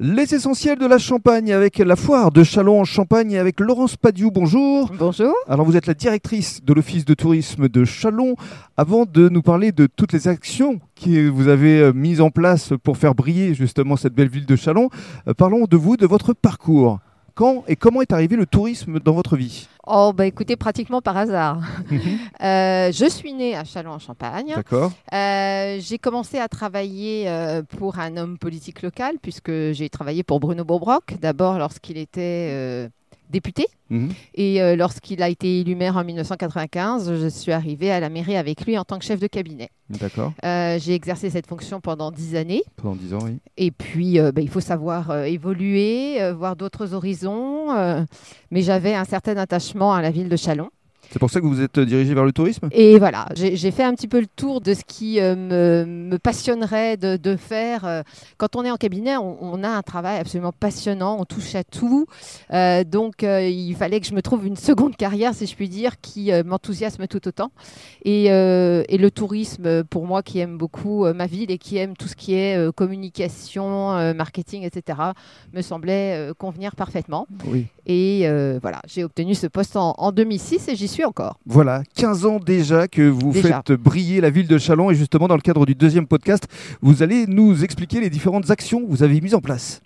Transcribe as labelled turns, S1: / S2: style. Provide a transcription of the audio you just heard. S1: Les essentiels de la Champagne avec la foire de Chalon en Champagne et avec Laurence Padiou. Bonjour.
S2: Bonjour.
S1: Alors vous êtes la directrice de l'office de tourisme de Chalon. Avant de nous parler de toutes les actions que vous avez euh, mises en place pour faire briller justement cette belle ville de Chalon, euh, parlons de vous, de votre parcours. Quand et comment est arrivé le tourisme dans votre vie
S2: Oh, bah écoutez, pratiquement par hasard. Euh, je suis née à Châlons-en-Champagne.
S1: D'accord.
S2: Euh, j'ai commencé à travailler euh, pour un homme politique local, puisque j'ai travaillé pour Bruno Bourbrock, d'abord lorsqu'il était euh, député.
S1: Mhm.
S2: Et euh, lorsqu'il a été élu maire en 1995, je suis arrivée à la mairie avec lui en tant que chef de cabinet.
S1: D'accord.
S2: Euh, j'ai exercé cette fonction pendant dix années.
S1: Pendant 10 ans, oui.
S2: Et puis, euh, bah, il faut savoir euh, évoluer, euh, voir d'autres horizons. euh, mais j'avais un certain attachement à la ville de Chalon.
S1: C'est pour ça que vous vous êtes euh, dirigé vers le tourisme
S2: Et voilà, j'ai j'ai fait un petit peu le tour de ce qui euh, me, me passionnerait de, de faire. euh, Quand on est en cabinet, on, on a un travail absolument passionnant, on touche à tout. Euh, donc euh, il fallait que je me trouve une seconde carrière, si je puis dire, qui euh, m'enthousiasme tout autant. Et, euh, et le tourisme, euh, pour moi qui aime beaucoup euh, ma ville et qui aime tout ce qui est euh, communication, euh, marketing, etc., me semblait euh, convenir parfaitement.
S1: Oui.
S2: Et euh, voilà, j'ai obtenu ce poste en- en 2006 et j'y suis encore.
S1: Voilà, 15 ans déjà que vous
S2: Déjà.
S1: faites briller la ville de Chalon et justement dans le cadre du deuxième podcast, vous allez nous expliquer les différentes actions que vous avez mises en place.